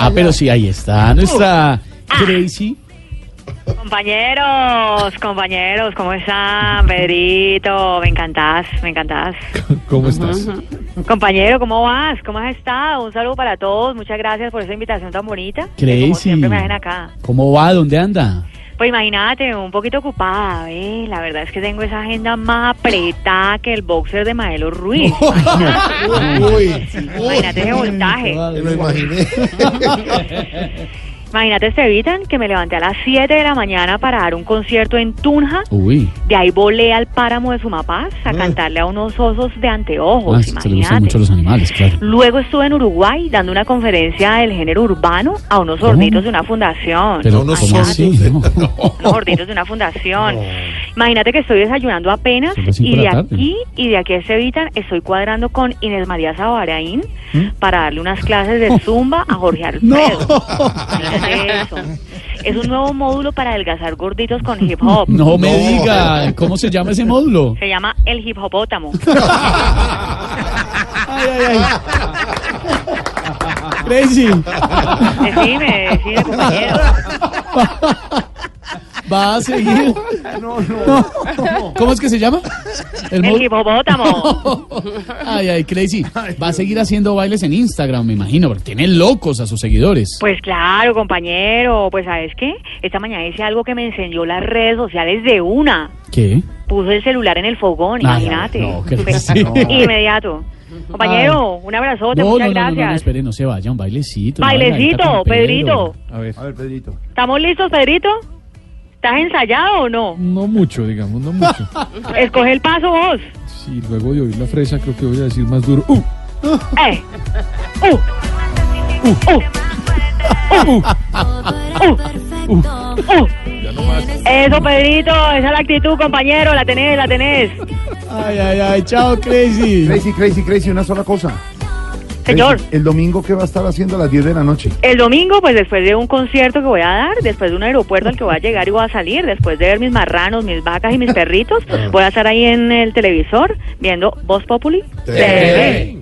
Ah, pero sí, ahí está nuestra Ah. Crazy. Compañeros, compañeros, ¿cómo están? Pedrito, me encantás, me encantás. ¿Cómo estás? Compañero, ¿cómo vas? ¿Cómo has estado? Un saludo para todos, muchas gracias por esa invitación tan bonita. que Como Crazy. siempre me hacen acá. ¿Cómo va? ¿Dónde anda? Pues imagínate, un poquito ocupada, ¿ves? La verdad es que tengo esa agenda más apretada que el boxer de Maelo Ruiz. Uy, Imagínate ese voltaje. me lo imaginé. Imagínate, Estevitan, que me levanté a las 7 de la mañana para dar un concierto en Tunja. Uy, De ahí volé al páramo de Sumapaz a cantarle a unos osos de anteojos, ah, se le gustan mucho imagínate. los animales, claro. Luego estuve en Uruguay dando una conferencia del género urbano a unos ¿Cómo? sorditos de una fundación. Mm. Pero unos ¿cómo sordos. así? No. Unos sorditos de una fundación. Imagínate que estoy desayunando apenas Son las cinco y de de la tarde. aquí y de aquí a Sevitan estoy cuadrando con Inés María Sabaraín ¿Mm? para darle unas clases de zumba a Jorge Alfredo. Imagínate eso. Es un nuevo módulo para adelgazar gorditos con hip hop. No me No. diga, ¿cómo se llama ese módulo? Se llama el hip hopótamo. Ay, ay, ay. Crazy. Decime, decime, compañero. Va a seguir. ¿Cómo es que se llama? El El módulo. hipopótamo. Ay, ay, Crazy. Va a seguir haciendo bailes en Instagram, me imagino, porque tiene locos a sus seguidores. Pues claro, compañero. Pues ¿sabes qué? Esta mañana hice algo que me enseñó las redes sociales de una. ¿Qué? Puso el celular en el fogón, Ay, imagínate. no, qué Fue rico. Inmediato. Compañero, un abrazote, No, no, no, pues, muchas no, no, gracias. no, espere, no se vaya, un bailecito. una Bailecito, bailadita con Pedrito. A ver. Pedrito. ¿Estamos listos, Pedrito? ¿Estás ensayado o no? No mucho, digamos, no mucho. Escoge el paso vos. Sí, luego de oír la fresa creo que voy a decir más duro. ¡Uh! Eh. Uh. Uh. ¡Uh! Uh. Uh. Eso, Pedrito, esa es la actitud, compañero, la tenés, la tenés. Ay, ay, ay, chao, Crazy. Crazy, crazy, crazy, una sola cosa. Señor, Crazy, El domingo, ¿qué va a estar haciendo a las 10 de la noche? el domingo, pues después de un concierto que voy a dar, después de un aeropuerto al que voy a llegar y voy a salir, después de ver mis marranos, mis vacas y mis perritos, voy a estar ahí en el televisor viendo Voz Populi. TV.